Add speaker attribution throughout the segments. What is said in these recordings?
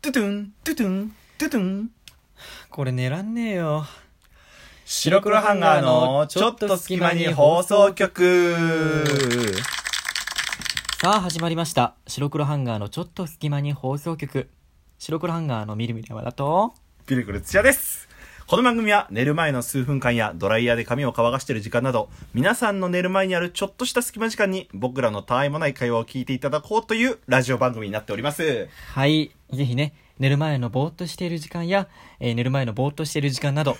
Speaker 1: トゥトゥントゥトゥントゥトゥン
Speaker 2: これ寝らんねえよ。
Speaker 1: 白黒ハンガーのちょっと隙間に放送局
Speaker 2: さあ始まりました。白黒ハンガーのちょっと隙間に放送局。白黒ハンガーのみるみる山だと。
Speaker 1: ピルクル土屋ですこの番組は寝る前の数分間やドライヤーで髪を乾かしている時間など皆さんの寝る前にあるちょっとした隙間時間に僕らのたわいもない会話を聞いていただこうというラジオ番組になっております
Speaker 2: はい。ぜひね、寝る前のぼーっとしている時間や、えー寝る前のぼーっとしている時間な ど。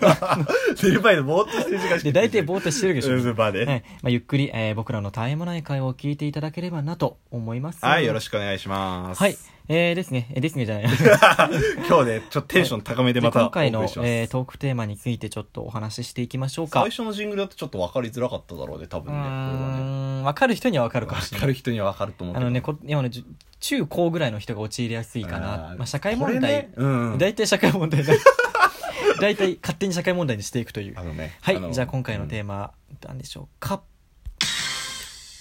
Speaker 1: 寝る前のぼーっとしてる時間しか
Speaker 2: で、大体ぼーっとしてるでしょ。
Speaker 1: うずばで
Speaker 2: はい。まあ、ゆっくり、えー僕らの絶えもない会話を聞いていただければなと思います。
Speaker 1: はいよろ
Speaker 2: し
Speaker 1: しくお願いします
Speaker 2: はい。えー、ですね。えーですねじゃ ない。
Speaker 1: 今日ねちょっとテンション高めでま
Speaker 2: で
Speaker 1: たお
Speaker 2: 今
Speaker 1: 送
Speaker 2: 回
Speaker 1: りし
Speaker 2: の、
Speaker 1: ま
Speaker 2: え
Speaker 1: す
Speaker 2: ートークテーマについてちょっとお話ししていきましょうか。
Speaker 1: 最初のジングルだとちょっと分かりづらかっただろうね多
Speaker 2: う
Speaker 1: 分ねこれはね
Speaker 2: ーん、わかる人にはわかるかもしれ
Speaker 1: 分
Speaker 2: な
Speaker 1: か
Speaker 2: い。
Speaker 1: る人には分かると思う
Speaker 2: あ
Speaker 1: けど
Speaker 2: のね、こ今のじ中高ぐらいの人が陥りやすいかな。
Speaker 1: あー
Speaker 2: まあ、社会
Speaker 1: これ
Speaker 2: 問題
Speaker 1: ね、うん、
Speaker 2: 大体社会問題だ。 大体勝手に社会問題にしていくという
Speaker 1: あ。のね
Speaker 2: は
Speaker 1: あの
Speaker 2: い、じゃあ今回のテーマ、なんでしょうか。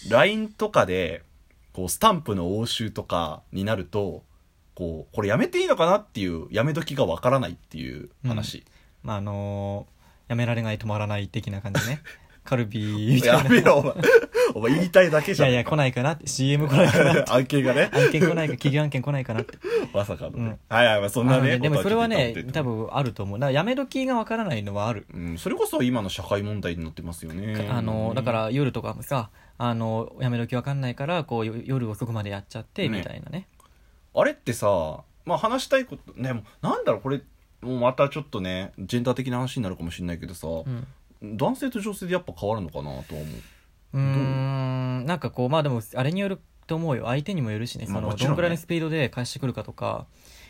Speaker 1: LINE とかでこうスタンプの応酬とかになるとこうこれやめていいのかなっていうやめ時がわからないっていう話、
Speaker 2: まあ、あのーやめられない、止まらない的な感じ ね。カルビーみた
Speaker 1: や
Speaker 2: いな。い
Speaker 1: めろお 前お前言いたいだけじゃ
Speaker 2: や
Speaker 1: ん
Speaker 2: いや、来ないかなって。CM 来ない かな。
Speaker 1: 案件がね
Speaker 2: 案件来ないか、企業案件来ないかなって。
Speaker 1: まさかのね、
Speaker 2: うん
Speaker 1: はいはいまあそん
Speaker 2: あ
Speaker 1: な
Speaker 2: の
Speaker 1: ね
Speaker 2: ねでもそれはね
Speaker 1: こと聞いてた
Speaker 2: 多
Speaker 1: って
Speaker 2: 分あると思うだからやめ時がわからないのはある、
Speaker 1: うん、それこそ今の社会問題になってますよね
Speaker 2: あのだから夜とかもさあのやめ時わかんないからこうよ夜遅くまでやっちゃって
Speaker 1: ね
Speaker 2: みたいなね
Speaker 1: あれってさ、まあ、話したいことねもうなんだろうこれもうまたちょっとねジェンダー的な話になるかもしれないけどさ、
Speaker 2: うん
Speaker 1: 男性と女性でやっぱ変わるのかなとは思う
Speaker 2: うーんなんかこうまあでもあれによると思うよ相手にもよるしね
Speaker 1: まあ
Speaker 2: その
Speaker 1: もちろん
Speaker 2: ど
Speaker 1: ね
Speaker 2: のくらいのスピードで返してくるかとか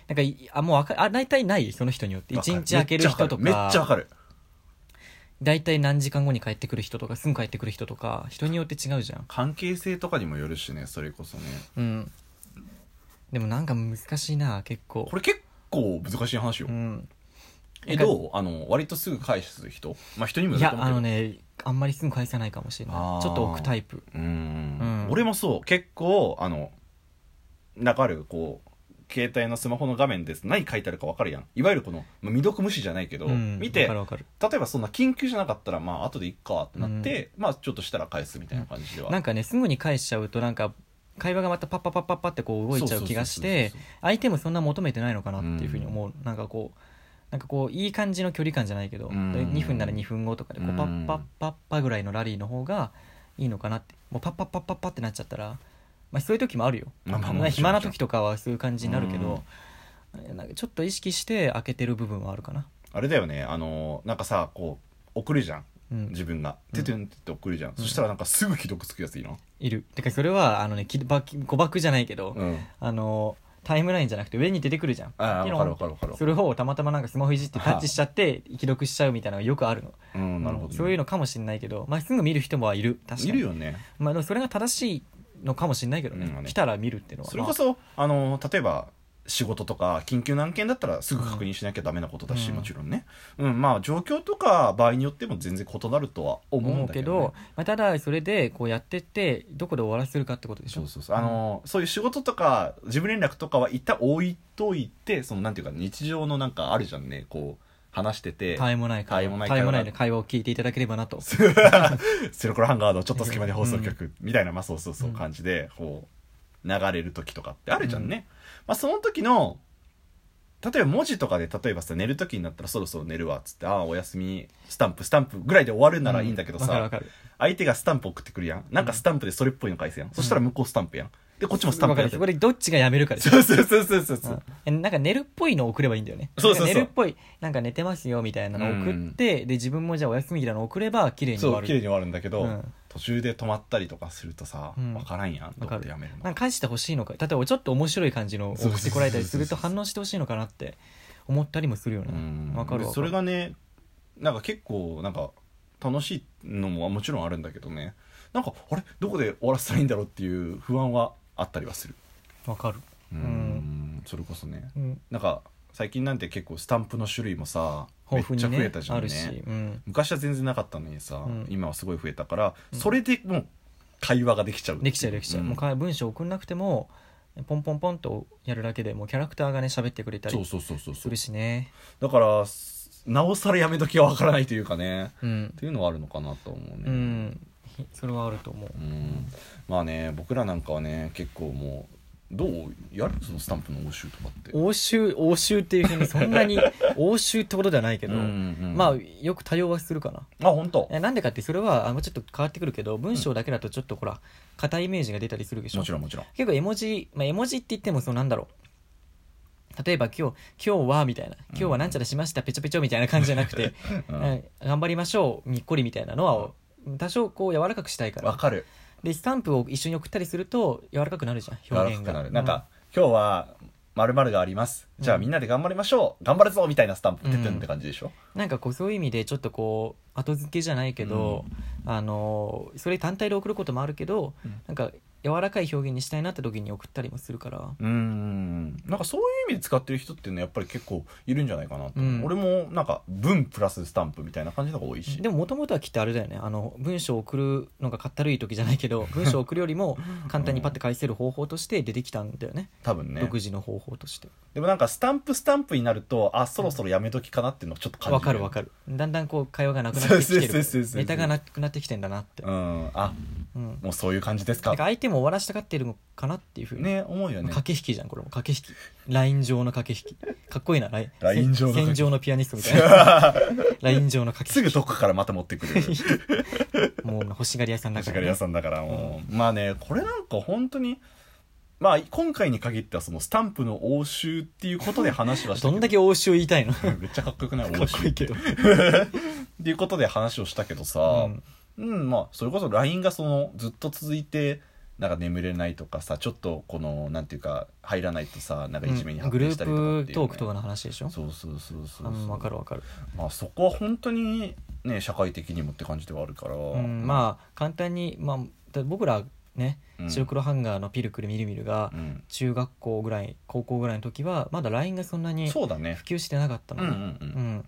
Speaker 2: なんかいあもうわかあ大体ないその人によって一日空ける人と
Speaker 1: めっちゃわ
Speaker 2: か
Speaker 1: かる
Speaker 2: 大体何時間後に帰ってくる人とかすぐ帰ってくる人とか人によって違うじゃん
Speaker 1: 関係性とかにもよるしねそれこそね
Speaker 2: うんでもなんか難しいな結構
Speaker 1: これ結構難しい話よ、
Speaker 2: うん
Speaker 1: えどうあの割とすぐ返す人まあ人にも
Speaker 2: い
Speaker 1: よる
Speaker 2: や
Speaker 1: と思う
Speaker 2: あ
Speaker 1: けど
Speaker 2: のねあんまりすぐ返さないかもしれ
Speaker 1: あ
Speaker 2: な
Speaker 1: ー
Speaker 2: いちょっと置くタイプ
Speaker 1: うーん
Speaker 2: うん
Speaker 1: 俺もそう結構あのなんかあるこう携帯のスマホの画面です何書いてあるか分かるやんいわゆるこの、まあ、未読無視じゃないけど、
Speaker 2: うん
Speaker 1: 見
Speaker 2: わ
Speaker 1: て
Speaker 2: かるわかる
Speaker 1: 例えばそんな緊急じゃなかったらまあ後でいっかってなって、まあちょっとしたら返すみたいな感じでは、
Speaker 2: なんかねすぐに返しちゃうとなんか会話がまたパッパッパッパッパってこう動いちゃう気がし
Speaker 1: そうそうそう
Speaker 2: て
Speaker 1: そう
Speaker 2: 相手もそんな求めてないのかなっていうふうに思う、なんかこうなんかこういい感じの距離感じゃないけど、
Speaker 1: うん
Speaker 2: 2分なら2分後とかでこ
Speaker 1: う
Speaker 2: うんパッパッパッパぐらいのラリーの方がいいのかなってもうパッパッパッパッパってなっちゃったら、まあ、そういう時もあるよ、
Speaker 1: まあまあ
Speaker 2: そん
Speaker 1: もち
Speaker 2: な
Speaker 1: ろん
Speaker 2: 暇な時とかはそういう感じになるけど、なんかちょっと意識して開けてる部分はあるかな、
Speaker 1: あれだよねあのなんかさこう送るじゃん
Speaker 2: うん、
Speaker 1: 自分が「ててん」って送るじゃん、そしたらなんかすぐ既読つくやついいの、
Speaker 2: いるてかそれはあのねきば誤爆じゃないけど、
Speaker 1: うん、
Speaker 2: あのタイムラインじゃなくて上に出てくるじゃん
Speaker 1: ああ
Speaker 2: ピ
Speaker 1: 分
Speaker 2: ロ
Speaker 1: かる
Speaker 2: ン
Speaker 1: 分かる分かる
Speaker 2: それをたまたまなんかスマホいじってタッチしちゃって既読しちゃうみたいなのがよくあるの
Speaker 1: うんなるほど、ね、
Speaker 2: そういうのかもしれないけど、まあ、すぐ見る人もいる確かに
Speaker 1: いるよね
Speaker 2: まあ、でもそれが正しいのかもしれないけどね,、
Speaker 1: うん
Speaker 2: 来たら見るっていうのは
Speaker 1: それこそあの例えば仕事とか緊急な案件だったらすぐ確認しなきゃダメなことだし、
Speaker 2: うん
Speaker 1: もちろんね、うん、まあ状況とか場合によっても全然異なるとは思う
Speaker 2: 思
Speaker 1: ん
Speaker 2: う
Speaker 1: だ
Speaker 2: け
Speaker 1: け
Speaker 2: ど、
Speaker 1: ど,、ね、
Speaker 2: まあ、ただそれでこうやってってどこで終わらせるかってことでし
Speaker 1: そ
Speaker 2: ょ
Speaker 1: うそうそうあのそういう仕事とか事務連絡とかは一旦置いといてそのなんていうか日常のなんかあるじゃんねこう話してて
Speaker 2: タイムない
Speaker 1: 絶えもない
Speaker 2: 絶えもない
Speaker 1: 会話
Speaker 2: の会話を聞いていただければなと
Speaker 1: セロコロハンガーのちょっと隙間に放送局みたいな、まあそうそうそう
Speaker 2: うん
Speaker 1: 感じで、こう、流れる時とかってあるじゃんね。まあその時の、例えば文字とかで、例えばさ、寝る時になったらそろそろ寝るわっつって、ああ、おやすみ、スタンプ、スタンプぐらいで終わるならいいんだけど
Speaker 2: うわかる
Speaker 1: さ、
Speaker 2: わかる
Speaker 1: 相手がスタンプ送ってくるやん。なんかスタンプでそれっぽいの返すやん。そしたら向こうスタンプやん。で、こっちもスタン
Speaker 2: わ
Speaker 1: プ
Speaker 2: か
Speaker 1: や
Speaker 2: る
Speaker 1: ん。
Speaker 2: これどっちがやめるかでしょ
Speaker 1: そうそうそうそうそうそう。
Speaker 2: うんなんか寝るっぽいの送ればいいんだよね
Speaker 1: そうそうそう
Speaker 2: なんか寝るっぽいなんか寝てますよみたいなの送って、で自分もじゃあお休みみたいなの送れば綺麗に終
Speaker 1: そ
Speaker 2: わ
Speaker 1: う、綺麗に
Speaker 2: る
Speaker 1: 終わるんだけど、
Speaker 2: うん
Speaker 1: 途中で止まったりとかするとさ、
Speaker 2: うん
Speaker 1: わからんやん。ど
Speaker 2: わ
Speaker 1: こ
Speaker 2: か
Speaker 1: で
Speaker 2: る
Speaker 1: やめるの
Speaker 2: なんか返してほしいのか例えばちょっと面白い感じの送ってこられたりす
Speaker 1: そうそうそ
Speaker 2: ると
Speaker 1: うそう
Speaker 2: 反応してほしいのかなって思ったりもするよね
Speaker 1: うん
Speaker 2: わかるわかる
Speaker 1: それがねなんか結構なんか楽しいのももちろんあるんだけどねなんかあれどこで終わらせたらいいんだろうっていう不安はあったりはする
Speaker 2: わかる、
Speaker 1: うんそれこそね
Speaker 2: うん、
Speaker 1: なんか最近なんて結構スタンプの種類もさ、めっ
Speaker 2: 豊富
Speaker 1: ちゃ
Speaker 2: に
Speaker 1: 増
Speaker 2: ね
Speaker 1: えたじゃ
Speaker 2: あ
Speaker 1: ん
Speaker 2: るし、
Speaker 1: ね
Speaker 2: うん、
Speaker 1: 昔は全然なかったのにさ、
Speaker 2: うん
Speaker 1: 今はすごい増えたからそれでもう会話ができちゃう
Speaker 2: できちゃうできちゃう、
Speaker 1: ん
Speaker 2: もうか文章送んなくてもポンポンポンとやるだけでもうキャラクターがね喋ってくれた
Speaker 1: そう
Speaker 2: り
Speaker 1: そうそうそうそ
Speaker 2: す
Speaker 1: う
Speaker 2: るしね
Speaker 1: だからすなおさらやめときはわからないというかね
Speaker 2: うん
Speaker 1: っていうのはあるのかなと思うね
Speaker 2: うんひそれはあると思う
Speaker 1: うんまあね僕らなんかはね結構もうどうやるそのスタンプの応酬とかって
Speaker 2: 欧州欧州っていうふうにそ んなに欧州ってことではないけど、
Speaker 1: うんうん
Speaker 2: まあよく多様はするかな
Speaker 1: あ本当
Speaker 2: えなんでかってそれはあもうちょっと変わってくるけど文章だけだとちょっとほら硬いイメージが出たりするでしょ
Speaker 1: もちろんもちろん
Speaker 2: 結構絵文字、まあ、絵文字って言ってもそのなんだろう例えば今日「今日は」みたいな「今日はなんちゃらしました、ペチョペチョ」みたいな感じじゃなくて「
Speaker 1: うん
Speaker 2: うん頑張りましょうにっこり」みたいなのは多少こう柔らかくしたいか
Speaker 1: わ
Speaker 2: ら
Speaker 1: かる
Speaker 2: でスタンプを一緒に送ったりすると柔らかくなるじゃん
Speaker 1: 柔ら
Speaker 2: 表
Speaker 1: か
Speaker 2: 現
Speaker 1: く
Speaker 2: が
Speaker 1: なるなんか、今日は〇〇がありますじゃあ
Speaker 2: うん
Speaker 1: みんなで頑張りましょう頑張るぞみたいなスタンプってってんって感じでしょ
Speaker 2: なんかこうそういう意味でちょっとこう後付けじゃないけど、あのそれ単体で送ることもあるけど、
Speaker 1: うん
Speaker 2: なんか柔らかい表現にしたいなって時に送ったりもするから
Speaker 1: うんなんかそういう意味で使ってる人っていうのはやっぱり結構いるんじゃないかなと、
Speaker 2: うん
Speaker 1: 俺もなんか文プラススタンプみたいな感じのが多いし
Speaker 2: でももともとはきっとあれだよねあの文章を送るのがかったるい時じゃないけど文章を送るより も簡単にパッて返せる方法として出てきたんだよね
Speaker 1: 多分ね
Speaker 2: 独自の方法として
Speaker 1: でもなんかスタンプスタンプになるとあそろそろやめときかなっていうのをちょっと感じ
Speaker 2: わかるわかるだんだんこう会話がなくなってきて
Speaker 1: そうそうそうそうそう
Speaker 2: るネタがなくなってきてんだなって、
Speaker 1: うんあ
Speaker 2: うん、
Speaker 1: もうそういう感じです
Speaker 2: なん
Speaker 1: か
Speaker 2: か相手も終わらしたがってるのかなっていうふうに
Speaker 1: ね思うよね
Speaker 2: 駆け引きじゃんこれも駆け引きライン上の駆け引きかっこいいなライン
Speaker 1: ライン上の駆け引き
Speaker 2: 戦場のピアニストみたいな ライン上の駆け
Speaker 1: す
Speaker 2: 引
Speaker 1: ぐどっかからまた持って くる
Speaker 2: きもう欲しがり屋さんだか
Speaker 1: 確
Speaker 2: ら
Speaker 1: か
Speaker 2: ね、
Speaker 1: に屋さんだからもう、まあねこれなんか本当にまあ今回に限ってはそのスタンプの応酬っていうことで話はした
Speaker 2: どんだけ応酬言いた いのかっ
Speaker 1: めっちゃかっこよくない応
Speaker 2: こい
Speaker 1: 酬
Speaker 2: い
Speaker 1: って
Speaker 2: けど
Speaker 1: っていうことで話をしたけど
Speaker 2: う
Speaker 1: さ
Speaker 2: ん
Speaker 1: うん、まあそれこそ LINE がそのずっと続いてなんか眠れないとかさちょっとこのなんていうか入らないとさなんかいじめに
Speaker 2: グ
Speaker 1: 発展
Speaker 2: ル
Speaker 1: したりとか
Speaker 2: ー
Speaker 1: って
Speaker 2: プ
Speaker 1: いうね、
Speaker 2: トークとかの話でしょ
Speaker 1: そうそうそうそうそう
Speaker 2: あんま分かる分かる、
Speaker 1: まあそこは本当にね社会的にもって感じではあるから、
Speaker 2: うん、まあ簡単に、まあ、だ僕らね
Speaker 1: うん
Speaker 2: 白黒ハンガーのピルクルみるみるが
Speaker 1: うん
Speaker 2: 中学校ぐらい高校ぐらいの時はまだ LINE がそんなに普
Speaker 1: そうだね
Speaker 2: 及してなかったの
Speaker 1: うんう
Speaker 2: ね
Speaker 1: んう、
Speaker 2: うんん、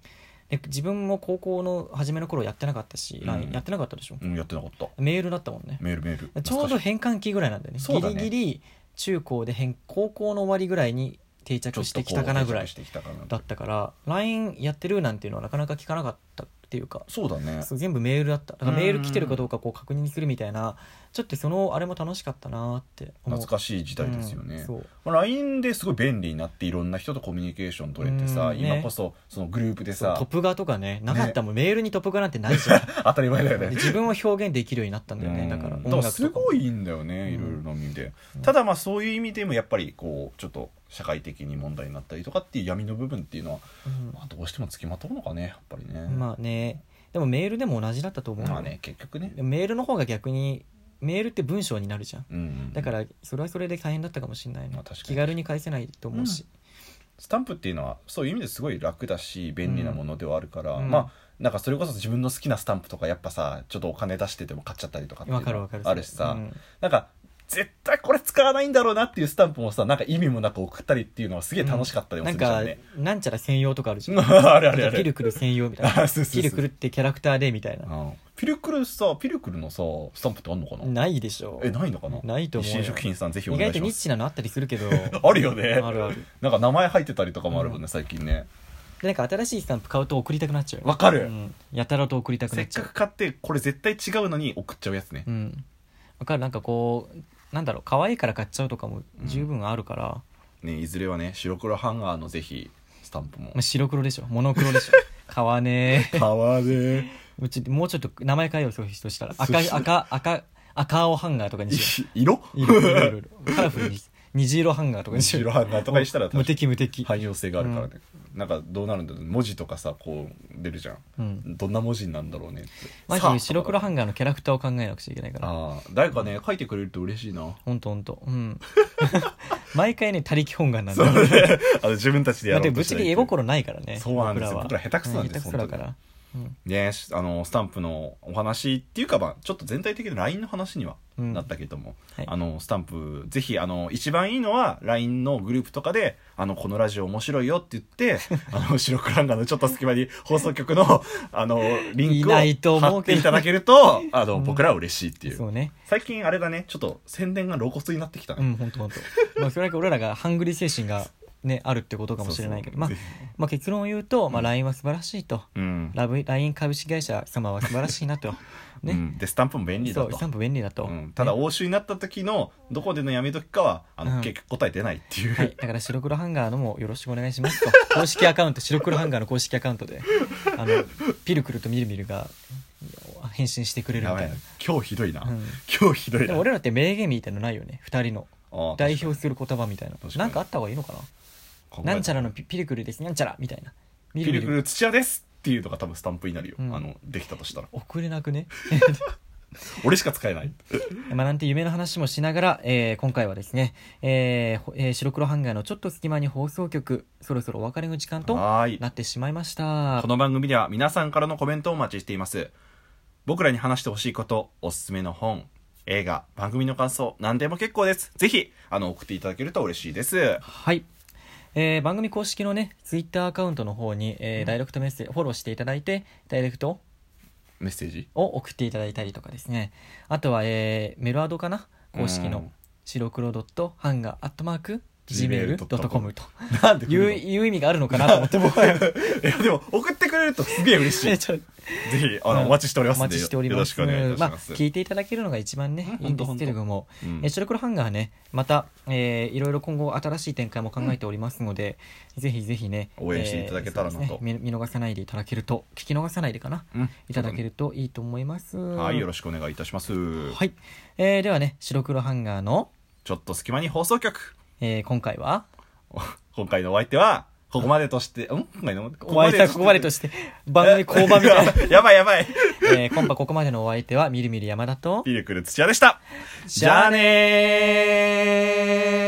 Speaker 2: で自分も高校の初めの頃やってなかったし、
Speaker 1: うん
Speaker 2: LINE やってなかったでしょ、
Speaker 1: うん、やってなかった
Speaker 2: メールだったもんね
Speaker 1: メールメール
Speaker 2: ちょうど変換期ぐらいなんだよね
Speaker 1: そうだね
Speaker 2: ギリギリ中高で変高校の終わりぐらいに定着してきたかなぐらい
Speaker 1: してきたかな
Speaker 2: だったから LINE やってるなんていうのはなかなか聞かなかったっていうか
Speaker 1: そうだね
Speaker 2: そう全部メールだっただからメール来てるかどうかこう確認するみたいなちょっとそのあれも楽しかったなーって思う
Speaker 1: 懐かしい時代ですよね、
Speaker 2: うんそう
Speaker 1: まあ、LINE ですごい便利になっていろんな人とコミュニケーション取れてさ、
Speaker 2: うんね
Speaker 1: 今こそそのグループで
Speaker 2: そう
Speaker 1: さ
Speaker 2: トップ画とかねなかったもん、メールにトップ画なんてないじゃん
Speaker 1: 当たり前だよ
Speaker 2: で
Speaker 1: ね
Speaker 2: 自分を表現できるようになったんだよ
Speaker 1: う
Speaker 2: ね
Speaker 1: ん
Speaker 2: だから
Speaker 1: だからす
Speaker 2: とかも
Speaker 1: ごいいいんだよね、
Speaker 2: うん
Speaker 1: いろいろな意味で、
Speaker 2: うん
Speaker 1: ただまあそういう意味でもやっぱりこうちょっと社会的に問題になったりとかっていう闇の部分っていうのは、
Speaker 2: うん
Speaker 1: まあ、どうしてもつきまとうのかねやっぱりね、
Speaker 2: まあねでもメールでも同じだったと思う、
Speaker 1: まあね結局ね
Speaker 2: でもメールの方が逆にメールって文章になるじゃん
Speaker 1: うん
Speaker 2: だからそれはそれで大変だったかもしれない
Speaker 1: ま
Speaker 2: の
Speaker 1: あ確かに
Speaker 2: 気軽に返せないと思うし、
Speaker 1: スタンプっていうのはそういう意味ですごい楽だし便利なものではあるから、
Speaker 2: うん
Speaker 1: まあなんかそれこそ自分の好きなスタンプとかやっぱさちょっとお金出してても買っちゃったりとかっていう
Speaker 2: わ
Speaker 1: の
Speaker 2: かるわかる
Speaker 1: あるしさ、
Speaker 2: うん
Speaker 1: なんか絶対これ使わないんだろうなっていうスタンプもさなんか意味もなく送ったりっていうのはすげえ楽しかったりも
Speaker 2: な
Speaker 1: す
Speaker 2: ん
Speaker 1: るじゃ
Speaker 2: か
Speaker 1: んね、
Speaker 2: なんちゃら専用とかあるじゃん
Speaker 1: あれあれあ
Speaker 2: ピ
Speaker 1: れ
Speaker 2: ルクル専用みたい
Speaker 1: あ
Speaker 2: な
Speaker 1: そうそうそう
Speaker 2: ピルクルってキャラクターでみたいな
Speaker 1: うんピルクルさピルクルのさスタンプってあんのかな
Speaker 2: ないでしょ
Speaker 1: えないのかな
Speaker 2: ないと思うよ
Speaker 1: 日清食品さんぜひお
Speaker 2: 意
Speaker 1: 願い
Speaker 2: 外
Speaker 1: し
Speaker 2: と
Speaker 1: ま
Speaker 2: ニ
Speaker 1: す
Speaker 2: ッチなのあったりするけど
Speaker 1: あるよね
Speaker 2: あるある
Speaker 1: なんか名前入ってたりとかもあるもんね、最近ね
Speaker 2: でなんか新しいスタンプ買うと送りたくなっちゃうよ
Speaker 1: わかる、
Speaker 2: うん、やたらと送りたく
Speaker 1: せ
Speaker 2: なっ
Speaker 1: っ
Speaker 2: ちゃ
Speaker 1: か
Speaker 2: う
Speaker 1: く買ってこれ絶対違うのに送っちゃうやつね、
Speaker 2: うんわかるなんかこうなんだろう可愛いから買っちゃうとかも十分あるから、
Speaker 1: ねいずれはね白黒ハンガーのぜひスタンプも
Speaker 2: まあ、白黒でしょモノクロでしょ 買わねえ
Speaker 1: 買わね
Speaker 2: うちもうちょっと名前変えようそういう人したら
Speaker 1: そう
Speaker 2: 赤い赤赤赤青ハンガーとかにしよ
Speaker 1: え色
Speaker 2: ういろいろいろいろカラフルに虹色ハンガーとかにしよ
Speaker 1: 白
Speaker 2: う
Speaker 1: ハンガーとかにしたら
Speaker 2: 無敵無敵、
Speaker 1: 汎用性があるからね、なんかどうなるんだろう文字とかさこう出るじゃん
Speaker 2: うん、
Speaker 1: どんな文字になるんだろうねって
Speaker 2: マ
Speaker 1: さ
Speaker 2: ジ
Speaker 1: あ
Speaker 2: で白黒ハンガーのキャラクターを考えなくちゃいけないから
Speaker 1: ああ誰かね書いてくれると嬉しいな
Speaker 2: ほんとほんとうん 毎回ね他力本願なん
Speaker 1: そう
Speaker 2: だ
Speaker 1: ねあの自分たちで
Speaker 2: だ
Speaker 1: や
Speaker 2: っ
Speaker 1: ろ
Speaker 2: て
Speaker 1: う
Speaker 2: ぶ
Speaker 1: と
Speaker 2: っ
Speaker 1: し
Speaker 2: ちゃ
Speaker 1: ない
Speaker 2: け絵心ないからね
Speaker 1: そうなんですよ僕ら下手くそなんです
Speaker 2: うん下手くそだからうん
Speaker 1: ね、あのスタンプのお話っていうか、まあ、ちょっと全体的な LINE の話には
Speaker 2: うん
Speaker 1: なったけども、
Speaker 2: はい
Speaker 1: あのスタンプぜひあの一番いいのは LINE のグループとかで「あのこのラジオ面白いよ」って言 って「あの白黒ランガーのちょっと隙間に放送局のあのリンクを
Speaker 2: いないと思
Speaker 1: 貼
Speaker 2: う
Speaker 1: っ
Speaker 2: け
Speaker 1: て
Speaker 2: ど
Speaker 1: いただけるとあの、
Speaker 2: うん
Speaker 1: 僕らは嬉しいっていう
Speaker 2: そうね
Speaker 1: 最近あれだねちょっと宣伝が露骨になってきた
Speaker 2: う
Speaker 1: ね、
Speaker 2: ん本当本当 まあそれだけ俺らがハングリー精神がねあるってことかもしれないけどまあ
Speaker 1: そうそう
Speaker 2: まあ結論を言うと、まあ、
Speaker 1: うん
Speaker 2: LINE は素晴らしいと、
Speaker 1: うん
Speaker 2: ラブ LINE 株式会社様は素晴らしいなと
Speaker 1: う
Speaker 2: ね、
Speaker 1: んでスタンプも便利だ
Speaker 2: そう
Speaker 1: と
Speaker 2: スタンプ便利だと、
Speaker 1: うん、ただ応酬になった時のどこでのやめときかはあの、
Speaker 2: うん
Speaker 1: 結局答え出ないっていう、
Speaker 2: はい、だから白黒ハンガーのもよろしくお願いしますと 公式アカウント白黒ハンガーの公式アカウントであのピルクルとミルミルが返信してくれる
Speaker 1: や
Speaker 2: み
Speaker 1: ば
Speaker 2: たい
Speaker 1: い
Speaker 2: な
Speaker 1: な今日ひどいな、
Speaker 2: うん
Speaker 1: 今日ひどい
Speaker 2: で
Speaker 1: な
Speaker 2: も俺らって名言みたいのないよね2人の
Speaker 1: ああ
Speaker 2: 代表する言葉みたいな
Speaker 1: 確かに
Speaker 2: なんかあった方がいいのか
Speaker 1: 確かに
Speaker 2: ななんちゃらのピピルクルですなんちゃらみたいなミ
Speaker 1: ピルクル土屋ですっていうのが多分スタンプになるよ、
Speaker 2: うん
Speaker 1: あのできたとしたら
Speaker 2: 遅れなくね
Speaker 1: 俺しか使えない
Speaker 2: まあなんて夢の話もしながら、えー今回はですね、えーほえー白黒ハンガーのちょっと隙間に放送局そろそろお別れの時間と
Speaker 1: はーい
Speaker 2: なってしまいました
Speaker 1: この番組では皆さんからのコメントをお待ちしています僕らに話してほしいことおすすめの本映画番組の感想何でも結構ですぜひあの送っていただけると嬉しいです
Speaker 2: はい、えー番組公式のねツイッターアカウントの方に、えーダイレクトメッセージフォローしていただいてダイレクト
Speaker 1: メッセージ
Speaker 2: を送っていただいたりとかですねあとは、えーメールアドかな公式
Speaker 1: う
Speaker 2: の
Speaker 1: ん
Speaker 2: 白黒ドットハンガーアットマーク
Speaker 1: gmail.com
Speaker 2: gmail.com と
Speaker 1: なんで
Speaker 2: い
Speaker 1: 来
Speaker 2: う
Speaker 1: る の
Speaker 2: いう意味があるのかなと思っ
Speaker 1: い
Speaker 2: ても
Speaker 1: やでも送ってくれるとすげえ嬉しいぜ
Speaker 2: ちょっと
Speaker 1: ひ あの、
Speaker 2: うん
Speaker 1: お待ちしておりま
Speaker 2: お
Speaker 1: すの
Speaker 2: 待
Speaker 1: で
Speaker 2: ちしております
Speaker 1: よろしくお願いいたします、
Speaker 2: あ、聞いていただけるのが一番ね
Speaker 1: うん
Speaker 2: いいんですけれども、
Speaker 1: ほんとほんと
Speaker 2: えー白黒ハンガーねまた、えーいろいろ今後新しい展開も考えておりますので、ぜひぜひね
Speaker 1: 応援していただけたらなと
Speaker 2: えーそうですね見見逃さないでいただけると聞き逃さないでかな、
Speaker 1: うん
Speaker 2: いただけるといいと思います
Speaker 1: はいよろ
Speaker 2: し
Speaker 1: しくお願いいたします、
Speaker 2: くはい、えーではね白黒ハンガーの、
Speaker 1: ちょっと隙間に放送局
Speaker 2: えー今回は
Speaker 1: 今回のお相手はここまでとしてん今回の
Speaker 2: お相手はここまでと
Speaker 1: して
Speaker 2: して番組降板みたいな、
Speaker 1: やばいやばい
Speaker 2: えー、今晩ここまでのお相手はみるみる山田と
Speaker 1: ピルクル土屋でしたじゃあねー